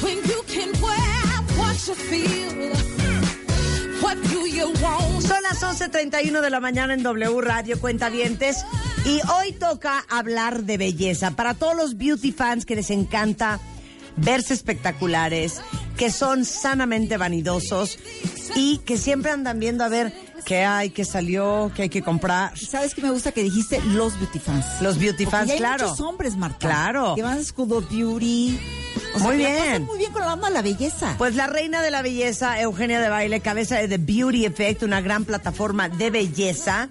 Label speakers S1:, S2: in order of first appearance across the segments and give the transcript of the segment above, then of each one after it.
S1: When you can wear what you feel, what do you want?
S2: Son las 11.31 de la mañana en W Radio Cuentavientes y hoy toca hablar de belleza. Para todos los beauty fans que les encanta verse espectaculares, que son sanamente vanidosos y que siempre andan viendo a ver qué hay, qué salió, qué hay que comprar.
S3: ¿Sabes qué me gusta que dijiste? Los beauty fans.
S2: Los beauty
S3: Porque
S2: fans,
S3: ya hay
S2: claro.
S3: muchos hombres, Marta.
S2: Claro.
S3: Que van a Escudo Beauty. O sea,
S2: Muy
S3: que la pasan
S2: bien.
S3: muy bien con la onda de la belleza.
S2: Pues la reina de la belleza, Eugenia de Baile, cabeza de The Beauty Effect, una gran plataforma de belleza,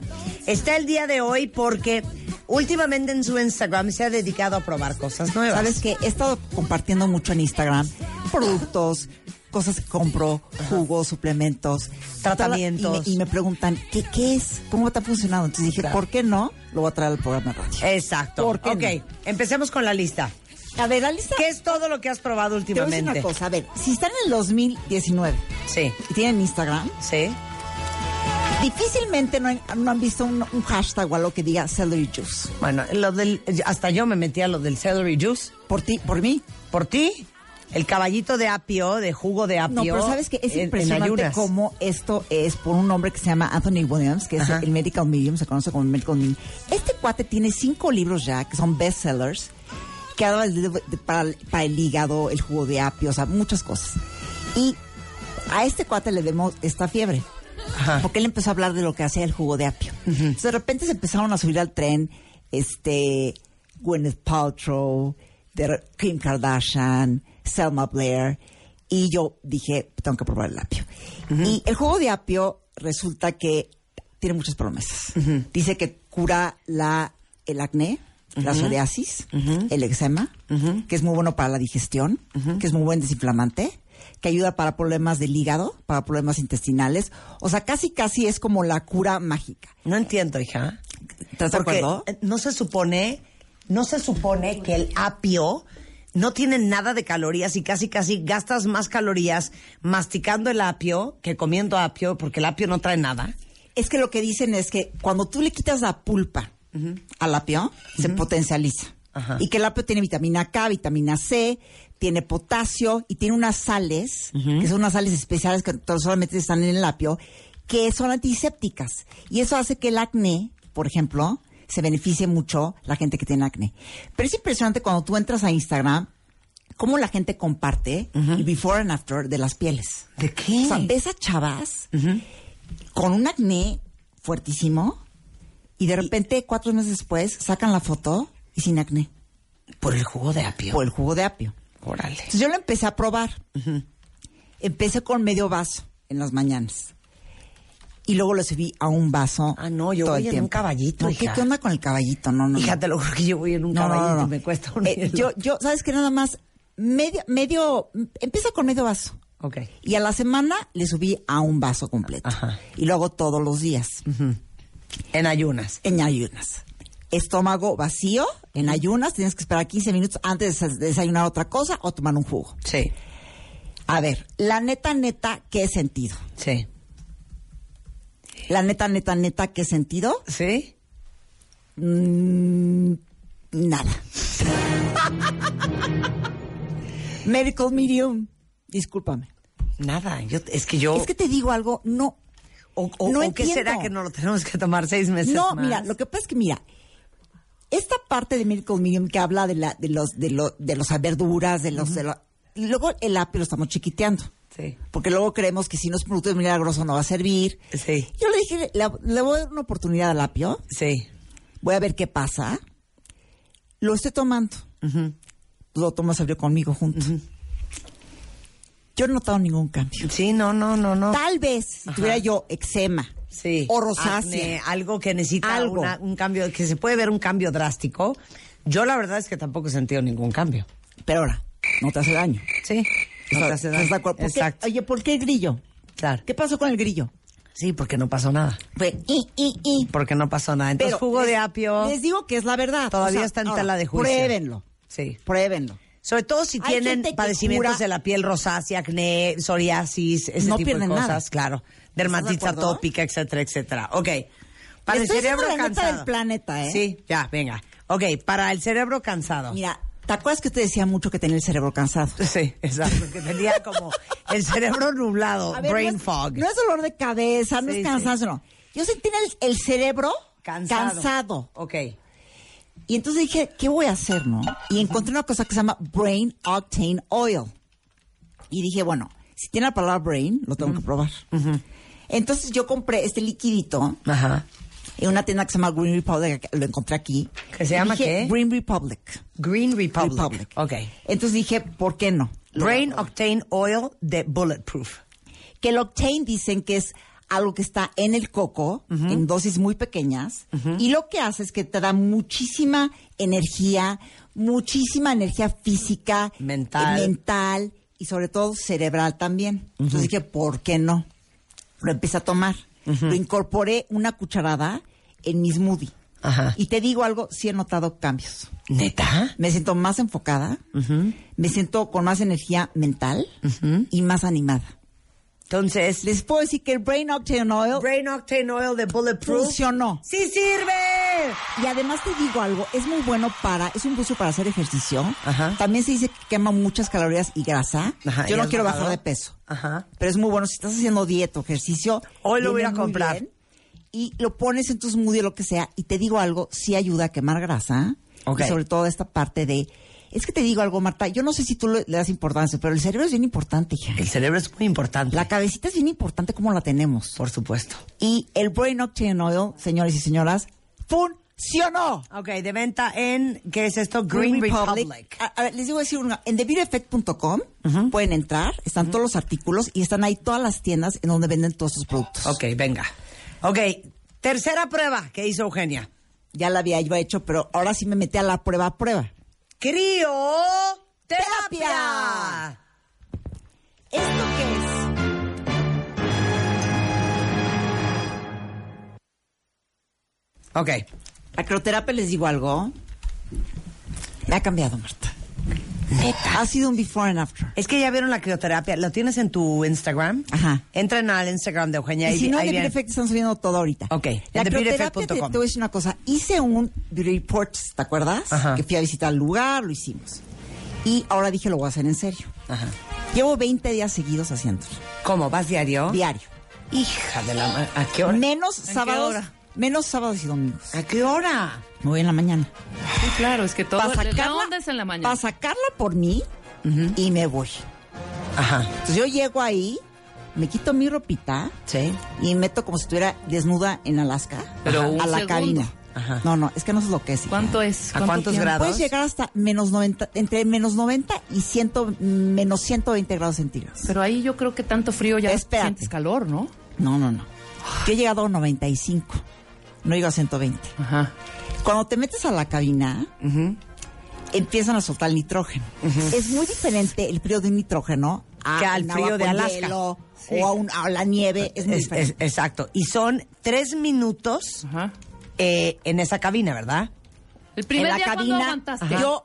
S2: está el día de hoy porque últimamente en su Instagram se ha dedicado a probar cosas nuevas.
S3: Sabes que he estado compartiendo mucho en Instagram productos, cosas que compro, jugos, suplementos,
S2: Tratamientos.
S3: Y me, y me preguntan, ¿qué, ¿qué es? ¿Cómo te ha funcionado? Entonces dije, ¿por qué no? Lo voy a traer al programa de radio.
S2: Exacto.
S3: ¿Por qué
S2: ok,
S3: no?
S2: empecemos con la lista.
S3: A ver, Alisa,
S2: ¿Qué es todo lo que has probado
S3: te voy a decir
S2: últimamente?
S3: una cosa. A ver, si están en el 2019
S2: Sí,
S3: y tienen Instagram,
S2: sí.
S3: difícilmente no han, no han visto un, un hashtag o algo que diga celery juice.
S2: Bueno, lo del, hasta yo me metí a lo del celery juice.
S3: Por ti, por mí.
S2: ¿Por ti? El caballito de apio, de jugo de apio.
S3: No, pero sabes que es
S2: en- en
S3: impresionante
S2: ayunas.
S3: cómo esto es por un hombre que se llama Anthony Williams, que
S2: Ajá.
S3: es el medical medium, se conoce como el medical medium. Este cuate tiene cinco libros ya que son bestsellers, que habla de- de- para, el- para el hígado, el jugo de apio, o sea, muchas cosas. Y a este cuate le demos esta fiebre.
S2: Ajá.
S3: Porque él empezó a hablar de lo que hacía el jugo de apio. Entonces, de repente se empezaron a subir al tren, este, Gwyneth Paltrow, de re- Kim Kardashian, Selma Blair, y yo dije, tengo que probar el apio. Y el jugo de apio resulta que tiene muchas promesas. Dice que cura la, el acné, la psoriasis, el eczema, que es muy bueno para la digestión, que es muy buen desinflamante, que ayuda para problemas del hígado, para problemas intestinales. O sea, casi casi es como la cura mágica.
S2: No entiendo, hija.
S3: ¿Estás de
S2: Porque
S3: acuerdo?
S2: eh, no se supone, no se supone que el apio no tiene nada de calorías y casi casi gastas más calorías masticando el apio que comiendo apio porque el apio no trae nada.
S3: Es que lo que dicen es que cuando tú le quitas la pulpa al apio, se potencializa.
S2: Ajá.
S3: Y que el apio tiene vitamina K, vitamina C, tiene potasio y tiene unas sales, que son unas sales especiales que to- solamente están en el apio, que son antisépticas. Y eso hace que el acné, por ejemplo, se beneficie mucho la gente que tiene acné. Pero es impresionante cuando tú entras a Instagram, cómo la gente comparte el before and after de las pieles.
S2: ¿De qué?
S3: O sea, ves a chavas con un acné fuertísimo y de repente, cuatro meses después, sacan la foto y sin acné.
S2: por el jugo de apio.
S3: O el jugo de apio.
S2: Órale.
S3: Entonces yo lo empecé a probar. Empecé con medio vaso en las mañanas. Y luego lo subí a un vaso.
S2: Ah, no, yo
S3: todo
S2: voy
S3: el
S2: en un
S3: tiempo.
S2: caballito,
S3: ¿Por qué?
S2: hija.
S3: ¿Qué onda con el caballito? No, no. no.
S2: Hija, te lo juro que yo voy en un
S3: No, no,
S2: caballito
S3: no, no.
S2: y me cuesta un
S3: Eh,
S2: hielo.
S3: yo, yo, ¿sabes qué? Nada más, medio, medio, empieza con medio vaso.
S2: Ok.
S3: Y a la semana le subí a un vaso completo.
S2: Ajá.
S3: Y lo hago todos los días,
S2: En ayunas.
S3: en ayunas. Estómago vacío, en ayunas, tienes que esperar 15 minutos antes de des- desayunar otra cosa o tomar un jugo.
S2: Sí,
S3: A ver, la neta, neta, ¿qué sentido?
S2: sí.
S3: La neta, neta, neta, ¿qué sentido? Mm,
S2: ¿Sí?
S3: Nada. Medical medium. Discúlpame.
S2: Nada. Yo, es que yo...
S3: Es que te digo algo, no.
S2: o, o-
S3: no
S2: o qué
S3: entiendo.
S2: será que no lo tenemos que tomar seis meses
S3: No,
S2: más?
S3: mira, lo que pasa es que, mira, esta parte de Medical Medium que habla de, la, de los de, lo, de los verduras, de los... de lo- luego el apio lo estamos chiquiteando.
S2: Sí.
S3: Porque luego creemos que si no es producto milagroso no va a servir.
S2: Sí.
S3: Yo le dije, le, le voy a dar una oportunidad al apio,
S2: Sí.
S3: voy a ver qué pasa. Lo estoy tomando. Lo tomas abrió conmigo junto. Yo no he notado ningún cambio.
S2: Sí, no, no, no, no.
S3: Tal vez si tuviera yo eczema
S2: Sí.
S3: o rosácea.
S2: Acné, algo que necesita
S3: Algo.
S2: una- un cambio, que se puede ver un cambio drástico. Yo la verdad es que tampoco he sentido ningún cambio.
S3: Pero ahora, no te hace daño.
S2: Sí. No te hace daño.
S3: ¿Estás de acuerdo? ¿Por qué?
S2: Exacto.
S3: Oye, ¿por qué el grillo?
S2: Claro.
S3: ¿Qué pasó con el grillo?
S2: Sí, porque no pasó nada.
S3: Fue i, i, i.
S2: Porque no pasó nada. Entonces, Pues jugo de
S3: les-
S2: apio.
S3: Les digo que es la verdad.
S2: Todavía está en
S3: ahora,
S2: tela de juicio.
S3: Pruébenlo.
S2: Sí.
S3: Pruébenlo.
S2: Sobre todo si
S3: Hay
S2: tienen
S3: gente que
S2: padecimientos
S3: cura-
S2: de la piel rosácea, acné, psoriasis, ese
S3: No
S2: tipo de
S3: pierden nada.
S2: cosas, claro. Dermatitis
S3: ¿Estás de acuerdo?
S2: atópica, etcétera, etcétera. Ok. Para
S3: Le
S2: el
S3: estoy
S2: cerebro
S3: diciendo la neta
S2: cansado.
S3: del planeta, ¿eh?
S2: Sí, ya, venga. Ok, para el cerebro cansado.
S3: Mira, ¿te acuerdas que te decía mucho que tenía el cerebro cansado?
S2: Sí, exacto. Que tenía como el cerebro nublado,
S3: A ver,
S2: brain
S3: no es-
S2: fog.
S3: No es dolor de cabeza, no
S2: Sí,
S3: es cansancio, no. Yo sentí el, el cerebro
S2: cansado.
S3: cansado.
S2: Ok.
S3: Y entonces dije, ¿qué voy a hacer, no? Y encontré una cosa que se llama Brain Octane Oil. Y dije, bueno, si tiene la palabra brain, lo tengo que probar. Entonces yo compré este liquidito
S2: Ajá.
S3: en una tienda que se llama Green Republic, que lo encontré aquí.
S2: ¿Que se
S3: Y
S2: llama
S3: dije,
S2: qué?
S3: Green Republic.
S2: Green Republic.
S3: Republic.
S2: Ok.
S3: Entonces dije, ¿por qué no?
S2: Brain Octane Oil de Bulletproof.
S3: Que el octane dicen que es algo que está en el coco, en dosis muy pequeñas, y lo que hace es que te da muchísima energía, muchísima energía física,
S2: Mental.
S3: eh, mental y sobre todo cerebral también. Entonces dije, ¿por qué no? Lo empecé a tomar. Lo incorporé una cucharada en mi smoothie.
S2: Ajá.
S3: Y te digo algo, sí he notado cambios.
S2: ¿Neta?
S3: Me siento más enfocada, me siento con más energía mental y más animada.
S2: Entonces,
S3: Les puedo decir que el Brain Octane Oil,
S2: Brain Octane Oil de Bulletproof.
S3: Funcionó.
S2: ¡Sí sirve!
S3: y además te digo algo, es muy bueno para, es un booster para hacer ejercicio.
S2: Ajá.
S3: También se dice que quema muchas calorías y grasa.
S2: Ajá,
S3: Yo
S2: ¿y
S3: no
S2: has
S3: quiero
S2: bajado?
S3: bajar de peso.
S2: Ajá.
S3: Pero es muy bueno, si estás haciendo dieta o ejercicio.
S2: Hoy lo voy
S3: viene
S2: a
S3: muy
S2: comprar.
S3: bien. y lo pones en tu smoothie o lo que sea. Y te digo algo, sí ayuda a quemar grasa.
S2: Ok.
S3: Y sobre todo esta parte de... Es que te digo algo, Marta, yo no sé si tú le le das importancia, pero el cerebro es bien importante, hija.
S2: El cerebro es muy importante.
S3: La cabecita es bien importante como la tenemos.
S2: Por supuesto.
S3: Y el Brain Octane Oil, señores y señoras, funcionó.
S2: Ok, de venta en, ¿qué es esto?
S3: A, a ver, les digo decir una. En TheBeautyEffect.com pueden entrar, están todos los artículos y están ahí todas las tiendas en donde venden todos sus productos.
S2: Ok, venga. Ok, tercera prueba que hizo Eugenia.
S3: Ya la había yo hecho, pero ahora sí me metí a la prueba a prueba.
S2: ¡Crioterapia!
S3: ¿Esto qué
S2: Ok,
S3: es? La crioterapia, les digo algo. Me ha cambiado, Marta. Ha sido un before and after.
S2: es que ya vieron la crioterapia. ¿Lo tienes en tu Instagram?
S3: Ajá.
S2: Entren al Instagram de Eugenia.
S3: Y
S2: ahí
S3: si
S2: vi-
S3: no,
S2: ahí
S3: en The
S2: viene.
S3: Beauty Effect están subiendo todo ahorita.
S2: Ok,
S3: La
S2: en
S3: crioterapia, te,
S2: TheBeautyEffect.com.
S3: te voy a decir una cosa. Hice un Beauty Report, ¿te acuerdas?
S2: Ajá.
S3: Que fui a visitar el lugar, lo hicimos. Y ahora dije, lo voy a hacer en serio.
S2: Ajá.
S3: Llevo 20 días seguidos haciéndolo,
S2: ¿Cómo? ¿Vas diario?
S3: diario.
S2: Hija de la... ma- ¿A qué hora?
S3: Menos
S2: ¿Oh? ¿En qué
S3: sábados,
S2: hora?
S3: menos sábados y domingos.
S2: ¿A qué hora?
S3: Me voy en la mañana.
S4: Sí, claro, es que todo
S3: Para
S4: la
S3: sacarla,
S4: onda es en la mañana.
S3: pa' sacarla por mí y me voy.
S2: Ajá.
S3: Entonces yo llego ahí, me quito mi ropita
S2: Sí.
S3: y me meto como si estuviera desnuda en Alaska
S4: Pero un
S3: a la
S4: segundo.
S3: cabina.
S2: Ajá.
S3: No, no, es que no es lo que es. hija.
S4: ¿Cuánto es?
S2: ¿A cuántos
S4: tiempo?
S2: grados?
S3: Puedes llegar hasta menos 90, entre menos 90 y 100, menos 120 grados centígrados.
S4: Pero ahí yo creo que tanto frío ya
S3: Espérate.
S4: sientes calor, ¿no?
S3: No, no, no. Yo he llegado a 95, no llego a 120.
S4: Ajá.
S3: Cuando te metes a la cabina, empiezan a soltar el nitrógeno. Es muy diferente el frío de un nitrógeno a
S2: Que al
S3: un
S2: frío
S3: agua
S2: de
S3: con
S2: Alaska.
S3: hielo
S2: Sí.
S3: o a, un- a la nieve. Es muy
S2: Es- es-
S3: diferente.
S2: exacto. Y son tres minutos
S4: Ajá.
S2: eh, en esa cabina, ¿verdad?
S4: El primer
S3: en la
S4: día cuando
S3: cabina,
S4: aguantaste.
S3: yo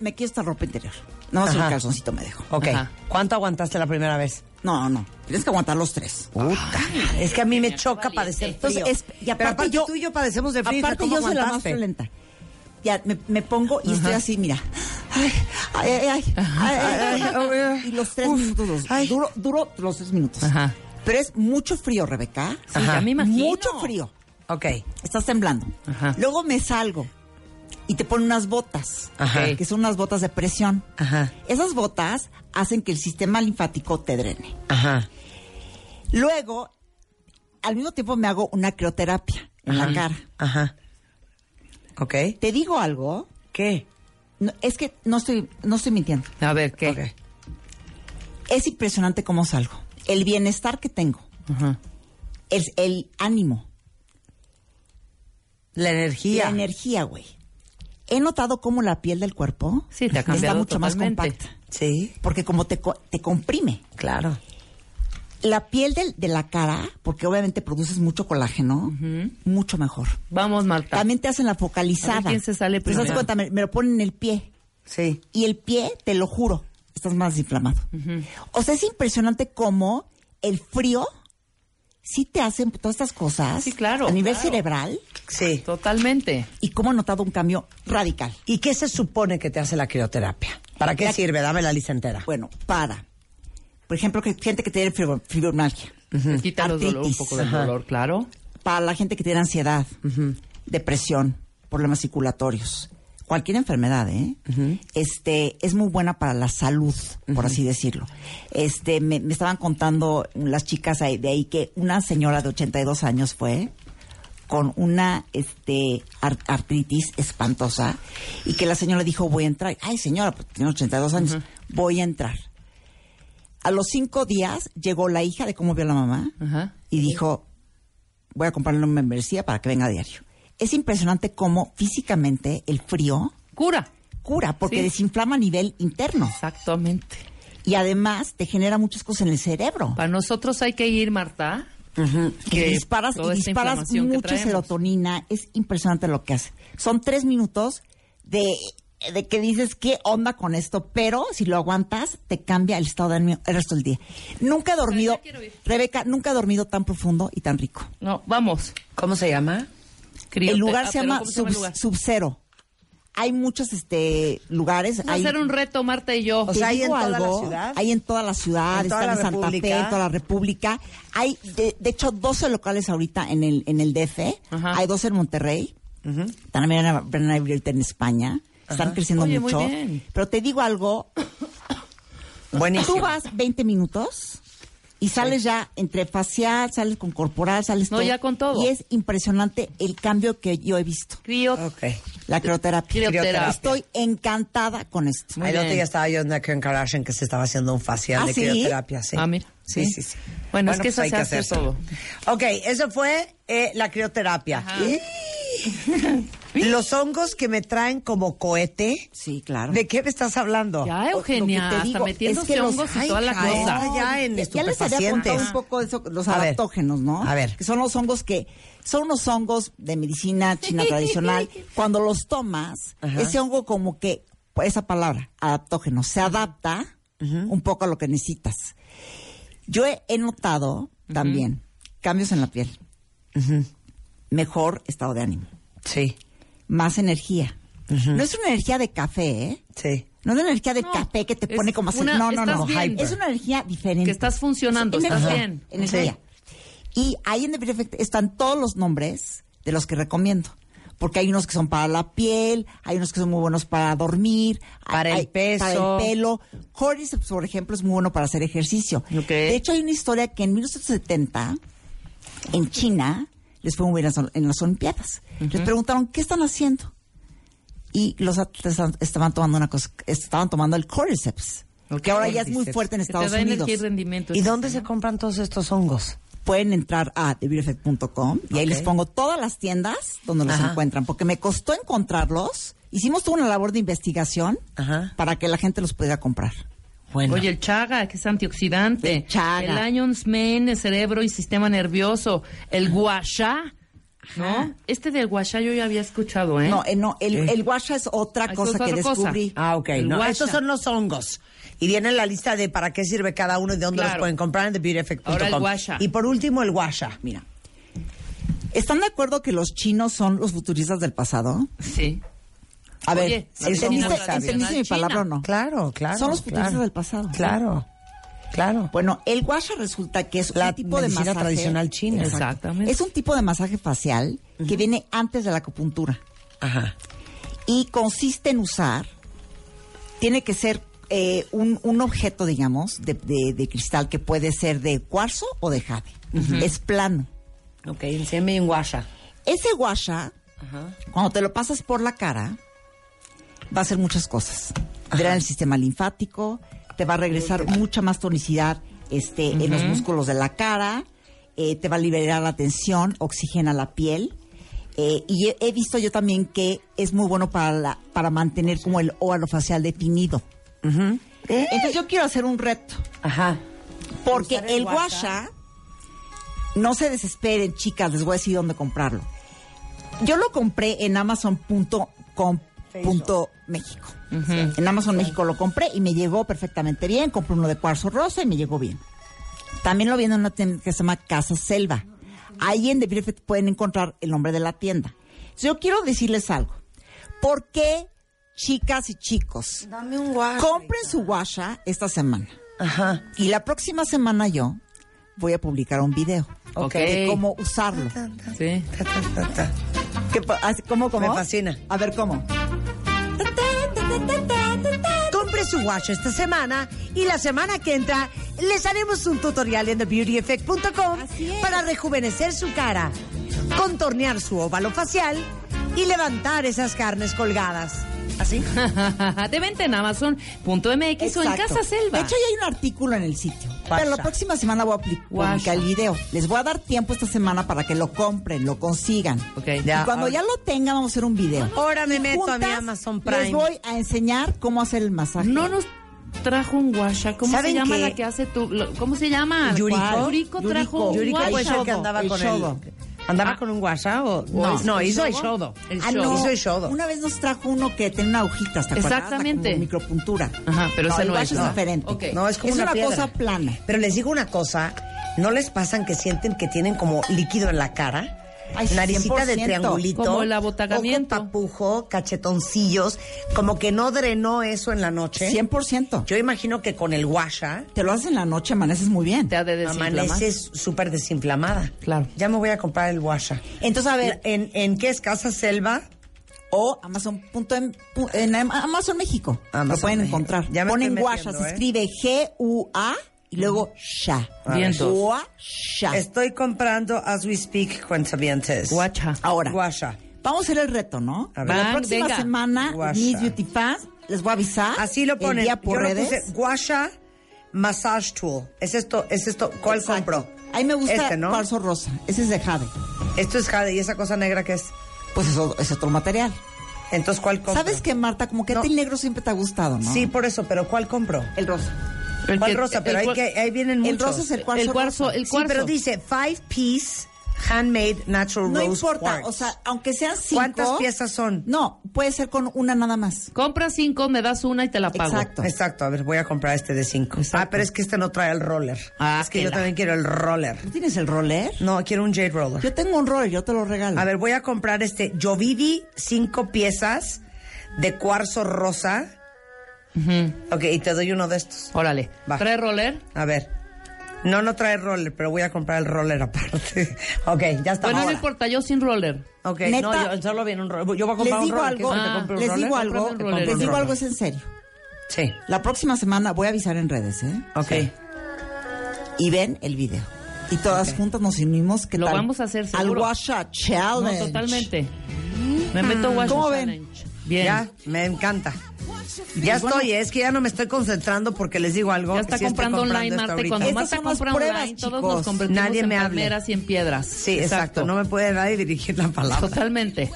S3: me quito esta ropa interior. Nada más
S2: Ajá.
S3: el calzoncito me dejo.
S2: Ok.
S4: Ajá.
S2: ¿Cuánto aguantaste la primera vez?
S3: No, no. Tienes que aguantar los tres.
S2: Es que a mí me choca padecer frío.
S3: Entonces, es- y
S2: Pero
S3: aparte
S2: aparte
S3: yo-
S2: tú y yo padecemos de frío. hija,
S3: Aparte
S2: ¿cómo
S3: yo soy la más
S2: aguantaste?
S3: violenta. Ya, me, me pongo y estoy así, mira. Ay, ay, ay, ay, ay, ay, ay, ay. Y los tres minutos, los- duro, duro los tres minutos.
S4: Ajá.
S3: Pero es mucho frío, Rebeca.
S4: Sí, ya me imagino.
S3: Mucho frío.
S2: Ok.
S3: Estás temblando.
S4: Ajá.
S3: Luego me salgo y te ponen unas botas,
S2: Ajá.
S3: que son unas botas de presión.
S2: Ajá.
S3: Esas botas hacen que el sistema linfático te drene.
S2: Ajá.
S3: Luego, al mismo tiempo me hago una crioterapia en la cara.
S2: Ajá. Ok.
S3: Te digo algo,
S2: ¿Qué?
S3: No, es que no estoy, no estoy mintiendo.
S4: A ver, ¿qué?
S2: Ok.
S3: Es impresionante cómo salgo. El bienestar que tengo. El, el ánimo.
S2: La energía.
S3: La energía, güey. he notado cómo la piel del cuerpo
S4: Sí, te ha
S3: está
S4: cambiado
S3: mucho
S4: totalmente.
S3: más compacta.
S2: Sí,
S3: Porque como te, co- te comprime.
S2: claro.
S3: La piel del- de la cara, porque obviamente produces mucho colágeno, mucho mejor.
S4: Vamos, Marta.
S3: También te hacen la focalizada.
S4: A ver quién se sale
S3: Entonces,
S4: primero.
S3: haz cuenta, me, me lo ponen en el pie.
S2: Sí.
S3: Y el pie, te lo juro, estás más inflamado. O sea, es impresionante cómo el frío sí te hacen todas estas cosas.
S4: Sí, claro,
S3: A nivel
S4: claro.
S3: cerebral.
S2: Sí.
S4: Totalmente.
S3: Y cómo he notado un cambio radical.
S2: ¿Y qué se supone que te hace la crioterapia? ¿Para qué
S3: La-
S2: sirve? Dame la lista entera.
S3: Bueno, para. Por ejemplo, que gente que tiene fibro- fibromialgia.
S4: Quita los dolor, un
S3: Artritis.
S4: poco del
S3: Ajá.
S4: dolor, claro.
S3: Para la gente que tiene ansiedad, depresión, problemas circulatorios, cualquier enfermedad, ¿eh? Este es muy buena para la salud, por así decirlo. Este me, me estaban contando las chicas ahí- de ahí que una señora de 82 años fue con una este ar- artritis espantosa y que la señora dijo voy a entrar. Ay señora, pues tiene 82 años, voy a entrar. A los cinco días llegó la hija de cómo vio a la mamá
S4: Ajá.
S3: y dijo, voy a comprarle una membresía para que venga a diario. Es impresionante cómo físicamente el frío
S4: Cura.
S3: cura, porque
S4: Sí.
S3: desinflama a nivel interno
S4: Exactamente.
S3: y además te genera muchas cosas en el cerebro.
S4: Para nosotros hay que ir, Marta.
S3: Que disparas,
S4: toda
S3: y
S4: esta
S3: disparas
S4: inflamación que
S3: mucha
S4: traemos.
S3: serotonina. Es impresionante lo que hace. Son tres minutos de, de que dices, ¿qué onda con esto? Pero si lo aguantas, te cambia el estado de ánimo el resto del día. Nunca he dormido,
S4: quiero ir.
S3: Rebeca, nunca he dormido tan profundo y tan rico.
S4: No, vamos.
S2: ¿Cómo se llama?
S4: Criote-
S3: el lugar
S4: Ah,
S3: se
S4: pero
S3: llama
S4: ¿cómo se llama el
S3: Sub-
S4: lugar?
S3: Subcero. Hay muchos este lugares.
S4: Vamos a
S3: hay,
S4: hacer un reto, Marta y yo.
S2: O
S3: te
S2: sea, hay
S3: digo
S2: en toda la ciudad.
S3: Hay en toda la ciudad,
S2: En toda
S3: están
S2: la
S3: en Santa Fe,
S2: República.
S3: en toda la República. Hay, de, de hecho, 12 locales ahorita en el, en el DF.
S4: Ajá.
S3: Hay 12 en Monterrey. También van a- van a abrir en España. Están creciendo
S4: Oye, muy
S3: mucho.
S4: bien.
S3: Pero te digo algo,
S2: Buenísimo.
S3: Tú vas 20 minutos y sales ya entre facial, sales con corporal, sales
S4: No, ya con todo.
S3: Y es impresionante el cambio que yo he visto.
S4: Crio-
S2: Ok.
S3: La crioterapia.
S4: Crioterapia.
S3: Estoy encantada con esto.
S4: Muy
S2: El otro
S4: bien.
S2: día estaba yo en la Kim Kardashian que se estaba haciendo un facial
S3: ¿Ah,
S2: de
S3: sí?
S2: crioterapia. Sí.
S4: Ah, mira.
S2: Sí, sí, sí.
S4: Bueno, es que
S2: pues
S4: eso
S2: hay
S4: se hace
S2: hacerse.
S4: todo.
S2: Ok, eso fue eh, la crioterapia. Los hongos que me traen como cohete.
S3: Sí, claro.
S2: ¿De qué me estás hablando?
S4: Ya, Eugenia,
S3: te
S4: hasta
S3: digo es
S4: metiéndose
S3: que los-
S4: hongos y
S3: ay,
S4: toda la
S3: cabrón.
S4: cosa.
S2: Ahora ya en
S3: ya les había contado
S2: estupefacientes.
S3: un poco de eso, los
S2: A ver.
S3: adaptógenos, ¿no?
S2: A ver.
S3: Que son los hongos que son unos hongos de medicina china tradicional. Cuando los tomas,
S2: Ajá.
S3: ese hongo como que pues, esa palabra, adaptógeno, se adapta un poco a lo que necesitas. Yo he, he notado también cambios en la piel. Mejor estado de ánimo,
S2: Sí,
S3: más energía. No es una energía de café, ¿eh?
S2: sí.
S3: No es una energía de
S4: No,
S3: café que te
S4: es
S3: pone como así.
S4: una-
S3: no, no,
S4: estás
S3: no.
S4: bien.
S3: Es una energía diferente.
S4: Que estás funcionando,
S3: Es
S4: estás
S3: energía,
S4: bien.
S3: Energía. Y ahí en The Beauty Effect están todos los nombres de los que recomiendo. Porque hay unos que son para la piel, hay unos que son muy buenos para dormir,
S2: Para el
S3: hay- para
S2: peso.
S3: el pelo. Cordyceps, por ejemplo, es muy bueno para hacer ejercicio.
S4: Ok.
S3: De hecho, hay una historia que en 1970 en China les fue muy bien en las- en las Olimpiadas. Les preguntaron, ¿qué están haciendo? Y los atletas estaban- estaban tomando una cosa, estaban tomando el cordyceps,
S4: Ok.
S3: que ahora ya es muy
S2: Cordyceps.
S3: fuerte en
S4: Que te
S3: Estados
S4: da
S3: Unidos.
S4: energía y rendimiento.
S2: ¿Y dónde se compran todos estos hongos?
S3: Pueden entrar a TheBeautyEffect.com y ahí
S2: Ok.
S3: les pongo todas las tiendas donde los
S2: Ajá.
S3: encuentran, porque me costó encontrarlos. Hicimos toda una labor de investigación
S2: Ajá.
S3: para que la gente los pudiera comprar.
S2: Bueno.
S4: Oye, el chaga, que es antioxidante.
S3: El chaga.
S4: El Lion's Mane, el cerebro y sistema nervioso. El guasha. ¿No? Este del guasha yo ya había escuchado, ¿eh?
S3: No, eh, no, el,
S2: Eh.
S3: el guasha es otra
S4: Ah, es
S3: cosa
S4: otra
S3: que
S4: cosa.
S3: descubrí.
S2: Ah, ok.
S4: El
S2: no,
S4: guasha.
S2: Estos son los hongos. Y viene la lista de para qué sirve cada uno y de dónde los
S4: Claro.
S2: pueden comprar en TheBeautyEffect.com.
S4: Ahora el guasha.
S2: Y por último, el guasha.
S3: Mira. ¿Están de acuerdo que los chinos son los futuristas del pasado?
S4: Sí.
S3: A
S4: Oye,
S3: ver,
S4: la medicina
S3: ¿entendiste,
S4: tradicional
S3: entendiste mi
S4: china.
S3: palabra o no?
S2: Claro, claro.
S3: Son los futuristas
S2: claro.
S3: del pasado.
S2: Claro, claro.
S3: Bueno, el guasha resulta que es
S2: La
S3: un tipo de
S2: medicina
S3: masaje
S2: tradicional china.
S3: Exacto.
S4: Exactamente.
S3: Es un tipo de masaje facial que viene antes de la acupuntura
S2: Ajá.
S3: y consiste en usar, tiene que ser eh, un, un objeto, digamos, de, de- de cristal que puede ser de cuarzo o de jade. Es plano.
S2: Ok, enséñame un guasha.
S3: Ese guasha, cuando te lo pasas por la cara, va a hacer muchas cosas. Te da el sistema linfático, te va a regresar mucha más tonicidad este, en los músculos de la cara, eh, te va a liberar la tensión, oxigena la piel. Eh, y he, he visto yo también que es muy bueno para, la, para mantener como el óvalo facial definido. Entonces yo quiero hacer un reto.
S2: Ajá.
S3: Porque
S2: Usar el
S3: el guasha, no se desesperen, chicas, les voy a decir dónde comprarlo. Yo lo compré en amazon.com.méxico. En Amazon México lo compré y me llegó perfectamente bien. Compré uno de cuarzo rosa y me llegó bien. También lo viene en una tienda que se llama Casa Selva. Ahí en The Beauty Effect pueden encontrar el nombre de la tienda. Entonces, yo quiero decirles algo. ¿Por qué, chicas y chicos,
S2: Dame un guaje.
S3: compren su guasha esta semana? Y la próxima semana yo voy a publicar un video
S4: Ok.
S3: de cómo usarlo.
S4: Sí.
S3: ¿Qué pa- así- ¿Cómo, cómo?
S2: Me fascina.
S3: A ver, ¿cómo?
S2: Compre su watch esta semana y la semana que entra les haremos un tutorial en TheBeautyEffect.com
S3: Así es.
S2: para rejuvenecer su cara, contornear su óvalo facial y levantar esas carnes colgadas. ¿Así?
S4: De venta en Amazon.mx o en
S3: Exacto.
S4: Casa Selva.
S3: De hecho, ya hay un artículo en el sitio.
S2: Guasha.
S3: Pero la próxima semana voy a pli-
S4: Guasha.
S3: publicar el video. Les voy a dar tiempo esta semana para que lo compren, lo consigan.
S4: Ok.
S2: Ya,
S3: y cuando
S2: ahora-
S3: ya lo tengan, vamos a hacer un video.
S2: Ahora me
S3: Y
S2: meto a mi
S3: juntas
S2: Amazon Prime.
S3: Les voy a enseñar cómo hacer el masaje.
S4: No nos trajo un guasha. ¿Cómo se
S2: ¿Saben
S4: llama
S2: qué?
S4: la que hace tu... lo- ¿Cómo se llama?
S3: Yuriko.
S4: ¿Cuál? Yuriko trajo un
S3: Yuriko
S2: Yurika
S4: guasha.
S2: es el que andaba
S3: El
S2: con
S3: shodo.
S2: el... ¿Andaba con un guasha o...? o-
S4: Ah. No.
S2: no hizo el shodo.
S4: El
S3: Ah,
S4: shodo.
S3: no.
S2: Hizo el shodo.
S3: Una vez nos trajo uno que tenía una hojita, ¿te acuerdas?
S4: Exactamente.
S3: Como micropuntura.
S4: Ajá, pero ese
S3: el
S4: no es,
S3: guache
S4: ¿no?
S3: diferente.
S4: Ok.
S3: No, es como una,
S2: piedra.
S3: cosa plana.
S2: Pero les digo una cosa, ¿no les pasan que sienten que tienen como líquido en la cara?
S3: Ay, sí,
S2: Naricita de
S3: 100%.
S2: triangulito.
S4: Como el abotagamiento.
S2: Ojo papujo, cachetoncillos, como que no drenó eso en la noche.
S3: 100%.
S2: Yo imagino que con el guasha
S3: Te lo haces en la noche, amaneces muy bien.
S4: Te ha de desinflamar.
S2: amaneces súper desinflamada.
S4: Claro.
S2: Ya me voy a comprar el guasha.
S3: Entonces, a ver,
S2: ¿En, en qué es Casa Selva?
S3: o Amazon punto en, pu- en Am- Amazon México.
S2: Amazon
S3: lo pueden
S2: México.
S3: encontrar.
S2: Ya me
S3: Ponen
S2: estoy metiendo,
S3: guasha, se
S2: ¿eh?
S3: escribe G-U-A y luego Sha.
S4: A ver. Vientos.
S3: Guasha.
S2: Estoy comprando As We Speak cuentavientes.
S4: Guacha.
S3: Ahora,
S2: Guasha.
S3: vamos a hacer el reto, ¿no?
S2: A ver.
S3: la
S4: Van,
S3: próxima
S4: venga.
S3: semana,
S2: Guasha.
S3: Miss Beauty Fans, les voy a avisar.
S2: Ah, Así lo ponen.
S3: El día por
S2: Yo lo
S3: redes.
S2: puse Guasha Massage Tool. Es esto, es esto. ¿Cuál
S3: Exacto.
S2: compro?
S3: Ahí me gusta
S2: Este, ¿no?
S3: cuarzo rosa. Ese es de jade.
S2: Esto es jade y esa cosa negra que es.
S3: Pues eso es otro material.
S2: Entonces, ¿cuál compro?
S3: ¿Sabes qué, Marta? Como que
S2: No.
S3: a ti el negro siempre te ha gustado, ¿no?
S2: Sí, por eso, pero ¿cuál compro?
S3: El rosa.
S4: El
S2: ¿Cuál
S4: que-
S2: rosa? Pero
S4: el
S2: hay
S4: cual-
S2: que, ahí vienen
S3: El
S2: muchos.
S3: rosa es el cuarzo.
S4: El cuarzo,
S3: rosa.
S4: el
S2: Sí,
S4: cuarzo.
S2: pero dice five piece handmade natural
S3: No
S2: rose
S3: importa,
S2: quartz.
S3: o sea, aunque sean cinco.
S2: ¿Cuántas piezas son?
S3: No, puede ser con una nada más.
S4: Compra cinco, me das una y te la pago.
S3: Exacto.
S2: Exacto, a ver, voy a comprar este de cinco. Ah, pero es que este no trae el roller.
S4: Ah,
S2: es que
S4: que
S2: yo
S4: la-
S2: también quiero el roller.
S3: ¿Tú tienes el roller?
S2: No, quiero un jade roller.
S3: Yo tengo un roller, yo te lo regalo.
S2: A ver, voy a comprar este Jovivi, cinco piezas de cuarzo rosa. Ok, y te doy uno de estos.
S4: Órale.
S2: Va.
S4: Trae roller.
S2: A ver. No, no trae roller, pero voy a comprar el roller aparte. ok, ya está.
S4: Bueno, no
S2: Ahora.
S4: importa, yo sin roller.
S2: Ok,
S3: Neta,
S2: no, yo solo viene un roller. Yo voy a comprar
S3: les
S2: un
S3: digo
S2: roller.
S3: algo, Ah,
S2: ¿quieres que te compre un
S3: les
S2: roller?
S3: digo algo,
S4: Cómprame un roller.
S3: les digo
S2: Cómprame un
S3: algo es en serio.
S2: Sí.
S3: La próxima semana voy a avisar en redes, ¿eh?
S2: Ok.
S3: Y ven el video. Y todas juntas nos unimos que
S4: Lo vamos a hacer
S3: al
S4: seguro.
S3: Washa Challenge.
S4: No, totalmente. Me meto a
S3: ¿Cómo
S4: Washington
S3: ven?
S4: Challenge. Bien.
S2: Ah. Ya, me encanta. Ya estoy, es que ya no me estoy concentrando porque les digo algo.
S4: Ya está
S2: sí estoy
S4: comprando online,
S2: esto
S4: Marta. Y
S2: ahorita.
S4: cuando
S3: Estas
S4: Marta
S3: son las
S4: compra
S3: pruebas,
S4: online, todos
S3: chicos.
S4: nos convertimos
S2: Nadie
S4: en
S2: me hable.
S4: palmeras y en piedras.
S2: Sí, exacto. No me puede nadie dirigir la palabra.
S4: Totalmente.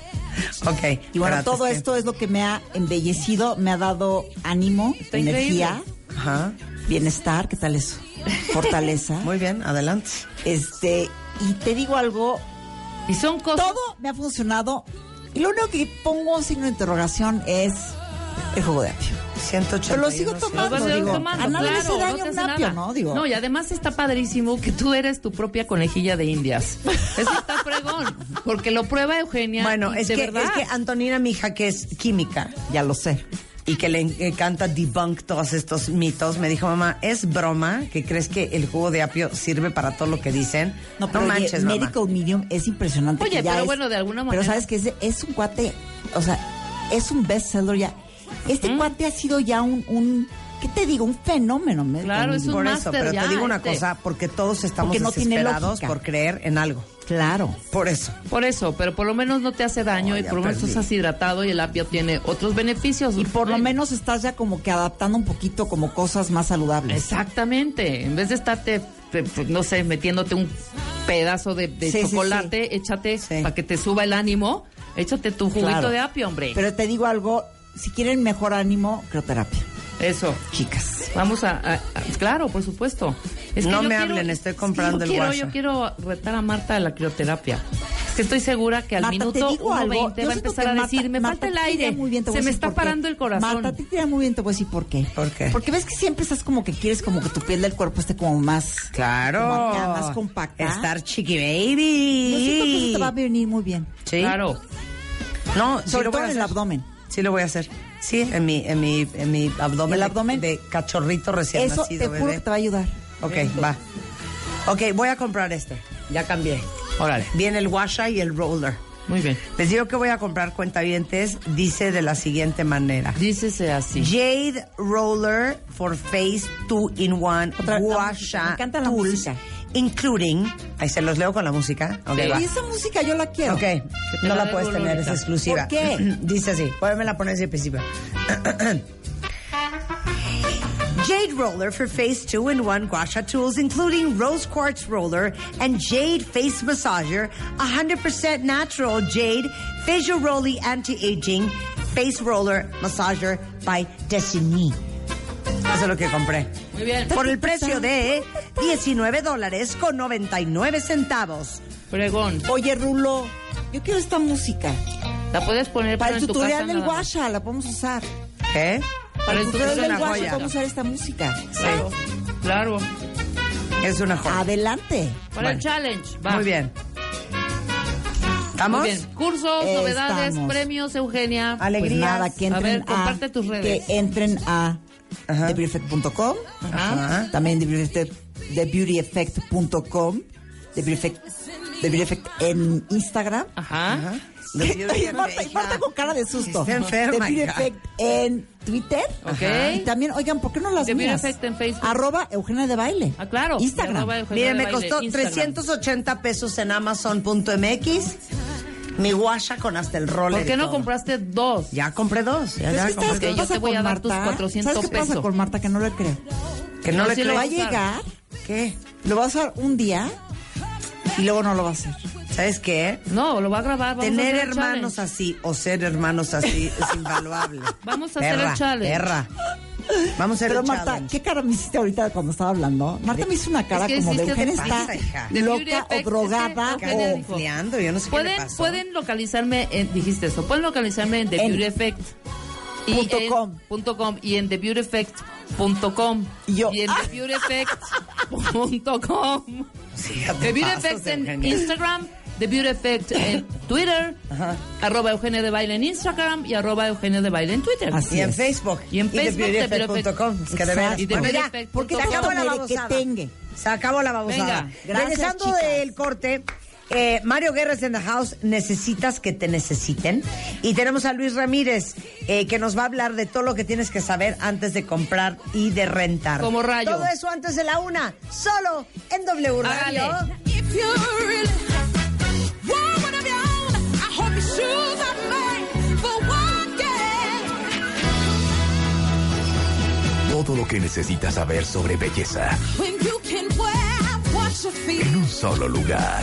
S2: Ok.
S3: Y bueno,
S2: espérate,
S3: todo
S2: es que-
S3: esto es lo que me ha embellecido, me ha dado ánimo,
S4: Está
S3: energía,
S2: Ajá.
S3: bienestar, ¿qué tal eso? Fortaleza.
S2: Muy bien, adelante.
S3: este, y te digo algo,
S4: Y son cosas...
S3: todo me ha funcionado. Y lo único que pongo signo de interrogación es el jugo de apio.
S2: 180.
S3: Pero lo sigo
S4: Lo
S3: tomando,
S4: vas a ir
S3: digo.
S4: tomando,
S3: a nadie le hace
S4: claro,
S3: daño
S4: no te
S3: un
S4: hace
S3: apio,
S4: nada.
S3: ¿no? Digo.
S4: No, y además está padrísimo que tú eres tu propia conejilla de indias. Eso está fregón, porque lo prueba Eugenia.
S2: Bueno,
S4: y
S2: es
S4: de
S2: que,
S4: verdad.
S2: es que Antonina, mi hija, que es química
S3: Ya lo sé.
S2: y que le en- encanta debunk todos estos mitos, me dijo, mamá, ¿es broma que crees que el jugo de apio sirve para todo lo que dicen?
S3: No, pero
S2: manches,
S3: el
S2: mamá.
S3: medical medium es impresionante.
S4: Oye,
S3: que ya
S4: pero
S3: es-
S4: bueno, de alguna
S3: Pero
S4: manera-
S3: sabes que es, es un cuate, o sea, es un bestseller ya. Este cuate ha sido ya un, un, ¿qué te digo? Un fenómeno. medical
S4: Claro, es
S3: medium.
S4: un
S2: Por eso,
S4: máster
S2: pero
S4: ya,
S2: te digo una
S4: este.
S2: cosa, porque todos estamos
S3: Porque no tiene
S2: desesperados
S3: lógica.
S2: por creer en algo.
S3: Claro.
S2: Por eso.
S4: Por eso, pero por lo menos no te hace daño
S2: Oh,
S4: y
S2: ya
S4: por lo menos
S2: perdí.
S4: estás hidratado y el apio tiene otros beneficios.
S3: Y por lo
S4: Ay,
S3: menos estás ya como que adaptando un poquito como cosas más saludables.
S4: Exactamente. En vez de estarte, pe- pe- no sé, metiéndote un pedazo de, de
S3: Sí, sí,
S4: chocolate,
S3: sí.
S4: échate
S3: Sí.
S4: para que te suba el ánimo, échate tu juguito
S3: Claro.
S4: de apio, hombre.
S3: Pero te digo algo, si quieren mejor ánimo, crioterapia.
S4: Eso.
S3: Chicas.
S4: Vamos a, a- a- claro, por supuesto.
S2: No me hablen, estoy comprando
S4: yo
S2: el
S4: quiero,
S2: guasa.
S4: Yo quiero retar a Marta de la crioterapia. Es que estoy segura que al
S3: Marta, te
S4: minuto
S3: digo algo,
S4: 1.20
S3: yo
S4: va a
S3: siento
S4: empezar
S3: que
S4: a
S3: Marta-
S4: decir, me
S3: Marta
S4: falta el
S3: te tira
S4: aire,
S3: muy bien, te voy
S4: se
S3: a
S4: me
S3: decir
S4: está
S3: por qué.
S4: parando el corazón.
S3: Marta, te tira muy bien, te voy a decir por qué.
S2: ¿Por qué?
S3: Porque ves que siempre estás como que quieres como que tu piel del cuerpo esté como más...
S2: Claro.
S3: Como acá, más compacta.
S2: Estar chiqui
S3: Yo siento que eso
S2: baby.
S3: te va a venir muy bien.
S2: Sí.
S4: Claro.
S2: No, sí
S3: Sobre
S2: lo voy
S3: todo
S2: a
S3: en el
S2: hacer.
S3: abdomen.
S2: Sí lo voy a hacer. Sí, en mi, en mi, en mi abdomen.
S3: ¿El
S2: de-
S3: abdomen?
S2: De cachorrito recién
S3: Eso
S2: nacido,
S3: te juro
S2: bebé.
S3: que te va a ayudar.
S2: Ok, va. Ok, voy a comprar este. Ya cambié.
S4: Órale.
S2: Viene el washa y el roller.
S4: Muy bien.
S2: Les digo que voy a comprar cuentavientes. Dice de la siguiente manera.
S4: Dícese así.
S2: Jade Roller for Face 2 in 1
S3: Otra- la música, me
S2: Guasha
S3: encanta la
S2: Tools
S3: música.
S2: Including Ahí se los leo con la música Ok,
S4: Sí.
S2: va.
S3: Y esa música yo la quiero.
S2: Ah. Ok,
S4: te
S2: no
S4: la
S2: la
S4: dé
S2: puedes
S4: Lolo
S2: tener, es
S4: ahorita.
S2: exclusiva
S3: ¿Por qué?
S2: Dice así, me la pones desde el principio Jade Roller for Face 2 in 1 Guasha Tools, including Rose Quartz Roller and Jade Face Massager, 100% natural Jade Facial Rolly Anti Aging Face Roller Massager by Destiny. Eso es lo que compré.
S4: Muy bien.
S2: Por el precio de 19 dólares con 99 centavos.
S4: Pregón.
S3: Oye, Rulo, yo quiero esta música.
S4: La puedes poner
S3: Para
S4: pero
S3: el
S4: en tu
S3: tutorial
S4: casa
S3: del
S4: nada más.
S3: Guasha la podemos usar.
S2: ¿Qué?
S4: Para
S3: Para el
S4: el
S3: tutorial
S4: tutorial
S3: del
S4: es una
S3: Guasha
S4: joya.
S3: podemos usar esta música.
S4: Claro. Claro.
S2: Es una joya.
S3: Adelante.
S4: Para el
S2: Bueno.
S4: challenge. Va.
S2: Muy bien.
S4: Muy
S2: ¿Estamos?
S4: bien. Cursos,
S3: Estamos.
S4: novedades, premios, Eugenia.
S2: Alegrías.
S3: Pues nada, que
S4: A ver,
S3: entren a,
S4: comparte tus redes.
S3: que entren a
S2: Ajá.
S3: TheBeautyEffect.com,
S4: Ajá.
S3: también TheBeautyEffect- TheBeautyEffect.com, TheBeautyEffect TheBeautyEffect en Instagram.
S4: Ajá.
S3: Oye, Marta, y Marta con cara de susto.
S2: Está enferma,
S3: The Beauty
S2: hija.
S3: Effect en Twitter.
S4: Ok.
S3: Y también, oigan, ¿por qué no las
S4: The Beauty
S3: miras?
S4: Effect en Facebook.
S3: Arroba Eugenia de Baile.
S4: Ah, claro. Y
S3: Instagram.
S4: arroba Eugenia
S2: Miren,
S4: de
S2: me
S4: Baile,
S2: costó
S4: Instagram.
S2: 380 pesos en Amazon.mx. Mi guasha con hasta el roller.
S4: ¿Por
S2: y
S4: qué no
S2: todo.
S4: compraste dos?
S2: Ya compré dos. Ya,
S3: Pero
S2: ya
S3: es que
S2: compré
S3: ¿sabes
S4: que
S3: qué
S4: yo
S2: dos.
S3: pasa
S4: te voy a
S3: con
S4: dar tus
S3: Marta?
S4: 400
S3: ¿Sabes qué pasa
S4: pesos?
S3: con Marta? Que no le creo.
S2: Que no
S4: yo
S2: le
S4: sí
S2: creo.
S4: lo-
S3: Va a
S4: usar.
S3: llegar,
S2: ¿Qué?
S3: lo va a usar un día y luego no lo va a hacer.
S2: ¿Sabes qué?
S4: No, lo va a grabar. Vamos
S2: Tener
S4: a hacer el
S2: hermanos
S4: challenge.
S2: así o ser hermanos así es invaluable.
S4: Vamos a hacer el challenge.
S2: Perra. Vamos a hacer
S3: Pero
S2: el
S3: Marta,
S2: challenge.
S3: ¿qué cara me hiciste ahorita cuando estaba hablando? Marta me hizo una cara
S4: Es que
S3: como de
S4: hiciste
S3: Eugenia
S4: de
S3: está
S2: pizza, hija.
S4: The Beauty
S3: loca o
S4: Effect,
S3: drogada
S4: es que Eugenia
S3: o...
S4: dijo-
S2: Confiando, yo no sé qué le
S4: Pueden,
S2: pasó.
S4: pueden localizarme, en, dijiste eso, pueden localizarme en The
S3: En-
S4: Beauty Effect.
S3: punto
S4: en,
S3: com.
S4: punto com, y en TheBeautyEffect.com.
S3: Y yo-
S4: en
S3: Ah.
S4: TheBeautyEffect.com.
S2: Sí, ya te
S4: The Beauty
S2: pasas,
S4: Effect en
S2: Eugenia.
S4: Instagram, The Beauty Effect en Twitter, arroba Eugenia de Baile en Instagram y arroba Eugenia de Baile en Twitter.
S3: Así
S2: Y en
S3: es.
S2: Facebook.
S4: Y en Facebook,
S2: TheBeautyEffect.com. Es que de veras.
S3: Exacto.
S4: Y de
S2: Bueno, ya,
S4: Beauty
S3: Porque
S4: Effect
S3: se acabó
S4: punto com.
S3: la babosada. Que tengue.
S2: Se acabó la babosada.
S4: Venga,
S3: gracias,
S2: Regresando
S3: chicas.
S2: del corte, eh, Mario Guerra es en The House, necesitas que te necesiten. Y tenemos a Luis Ramírez, eh, que nos va a hablar de todo lo que tienes que saber antes de comprar y de rentar.
S4: Como rayo.
S2: Todo eso antes de la una, solo en W Radio.
S4: Hágale.
S1: If you really want one of your own, I hope your shoes are made for walking.
S5: Todo lo que necesitas saber sobre belleza
S1: When you can wear what you feel.
S5: en un solo lugar.